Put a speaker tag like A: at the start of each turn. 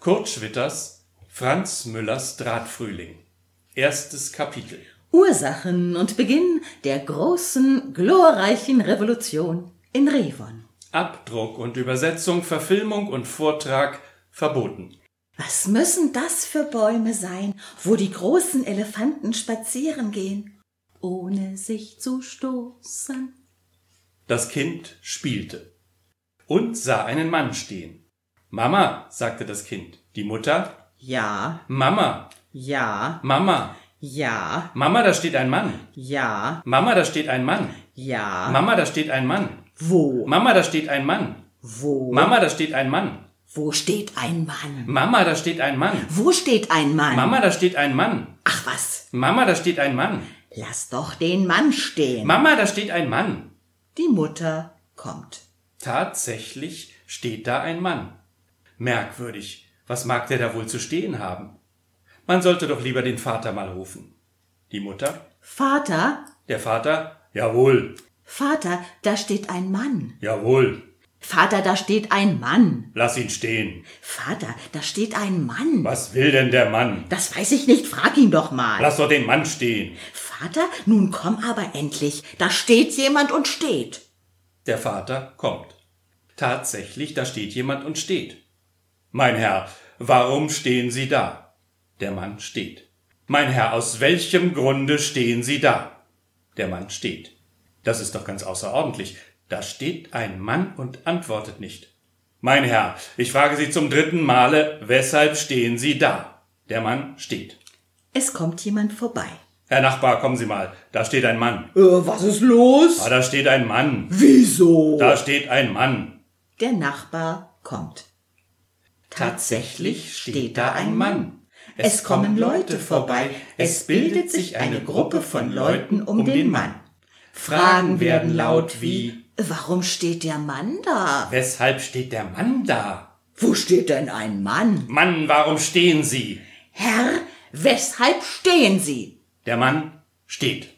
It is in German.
A: Kurt Schwitters, Franz Müllers Drahtfrühling. Erstes Kapitel.
B: Ursachen und Beginn der großen, glorreichen Revolution in Revon.
A: Abdruck und Übersetzung, Verfilmung und Vortrag verboten.
B: Was müssen das für Bäume sein, wo die großen Elefanten spazieren gehen, ohne sich zu stoßen?
A: Das Kind spielte und sah einen Mann stehen. Mama, sagte das Kind. Die Mutter,
B: Ja,
A: Mama,
B: ja,
A: Mama,
B: ja,
A: Mama, da steht ein Mann.
B: ja,
A: Mama, da steht ein Mann.
B: ja.
A: Mama, da steht ein Mann.
B: Wo,
A: Mama, da steht ein Mann.
B: wo,
A: Mama, da steht ein Mann.
B: wo steht ein Mann?
A: Mama, da steht ein Mann.
B: Wo steht ein Mann?
A: Mama, da steht ein Mann.
B: Ach was,
A: Mama, da steht ein Mann.
B: lass doch den Mann stehen.
A: Mama, da steht ein Mann.
B: die Mutter kommt.
A: Tatsächlich steht da ein Mann. Merkwürdig, was mag der da wohl zu stehen haben? Man sollte doch lieber den Vater mal rufen. Die Mutter?
B: Vater,
A: Der Vater? Jawohl,
B: Vater, da steht ein Mann.
A: jawohl,
B: Vater, da steht ein Mann.
A: lass ihn stehen.
B: Vater, da steht ein Mann.
A: Was will denn der Mann?
B: Das weiß ich nicht, frag ihn doch mal.
A: Lass doch den Mann stehen.
B: Vater, nun komm aber endlich. Da steht jemand und steht.
A: Der Vater kommt. Tatsächlich, da steht jemand und steht. Mein Herr, warum stehen Sie da? Der Mann steht. Mein Herr, aus welchem Grunde stehen Sie da? Der Mann steht. Das ist doch ganz außerordentlich. Da steht ein Mann und antwortet nicht. Mein Herr, ich frage Sie zum dritten Male, weshalb stehen Sie da? Der Mann steht.
B: Es kommt jemand vorbei.
A: Herr Nachbar, kommen Sie mal. Da steht ein Mann.
B: Äh, was ist los?
A: Ah, da steht ein Mann.
B: Wieso?
A: Da steht ein Mann.
B: Der Nachbar kommt.
A: Tatsächlich steht da ein Mann. Es kommen Leute vorbei. Es bildet sich eine Gruppe von Leuten um den Mann. Fragen werden laut wie
B: Warum steht der Mann da?
A: Weshalb steht der Mann da?
B: Wo steht denn ein Mann?
A: Mann, warum stehen Sie?
B: Herr, weshalb stehen Sie?
A: Der Mann steht.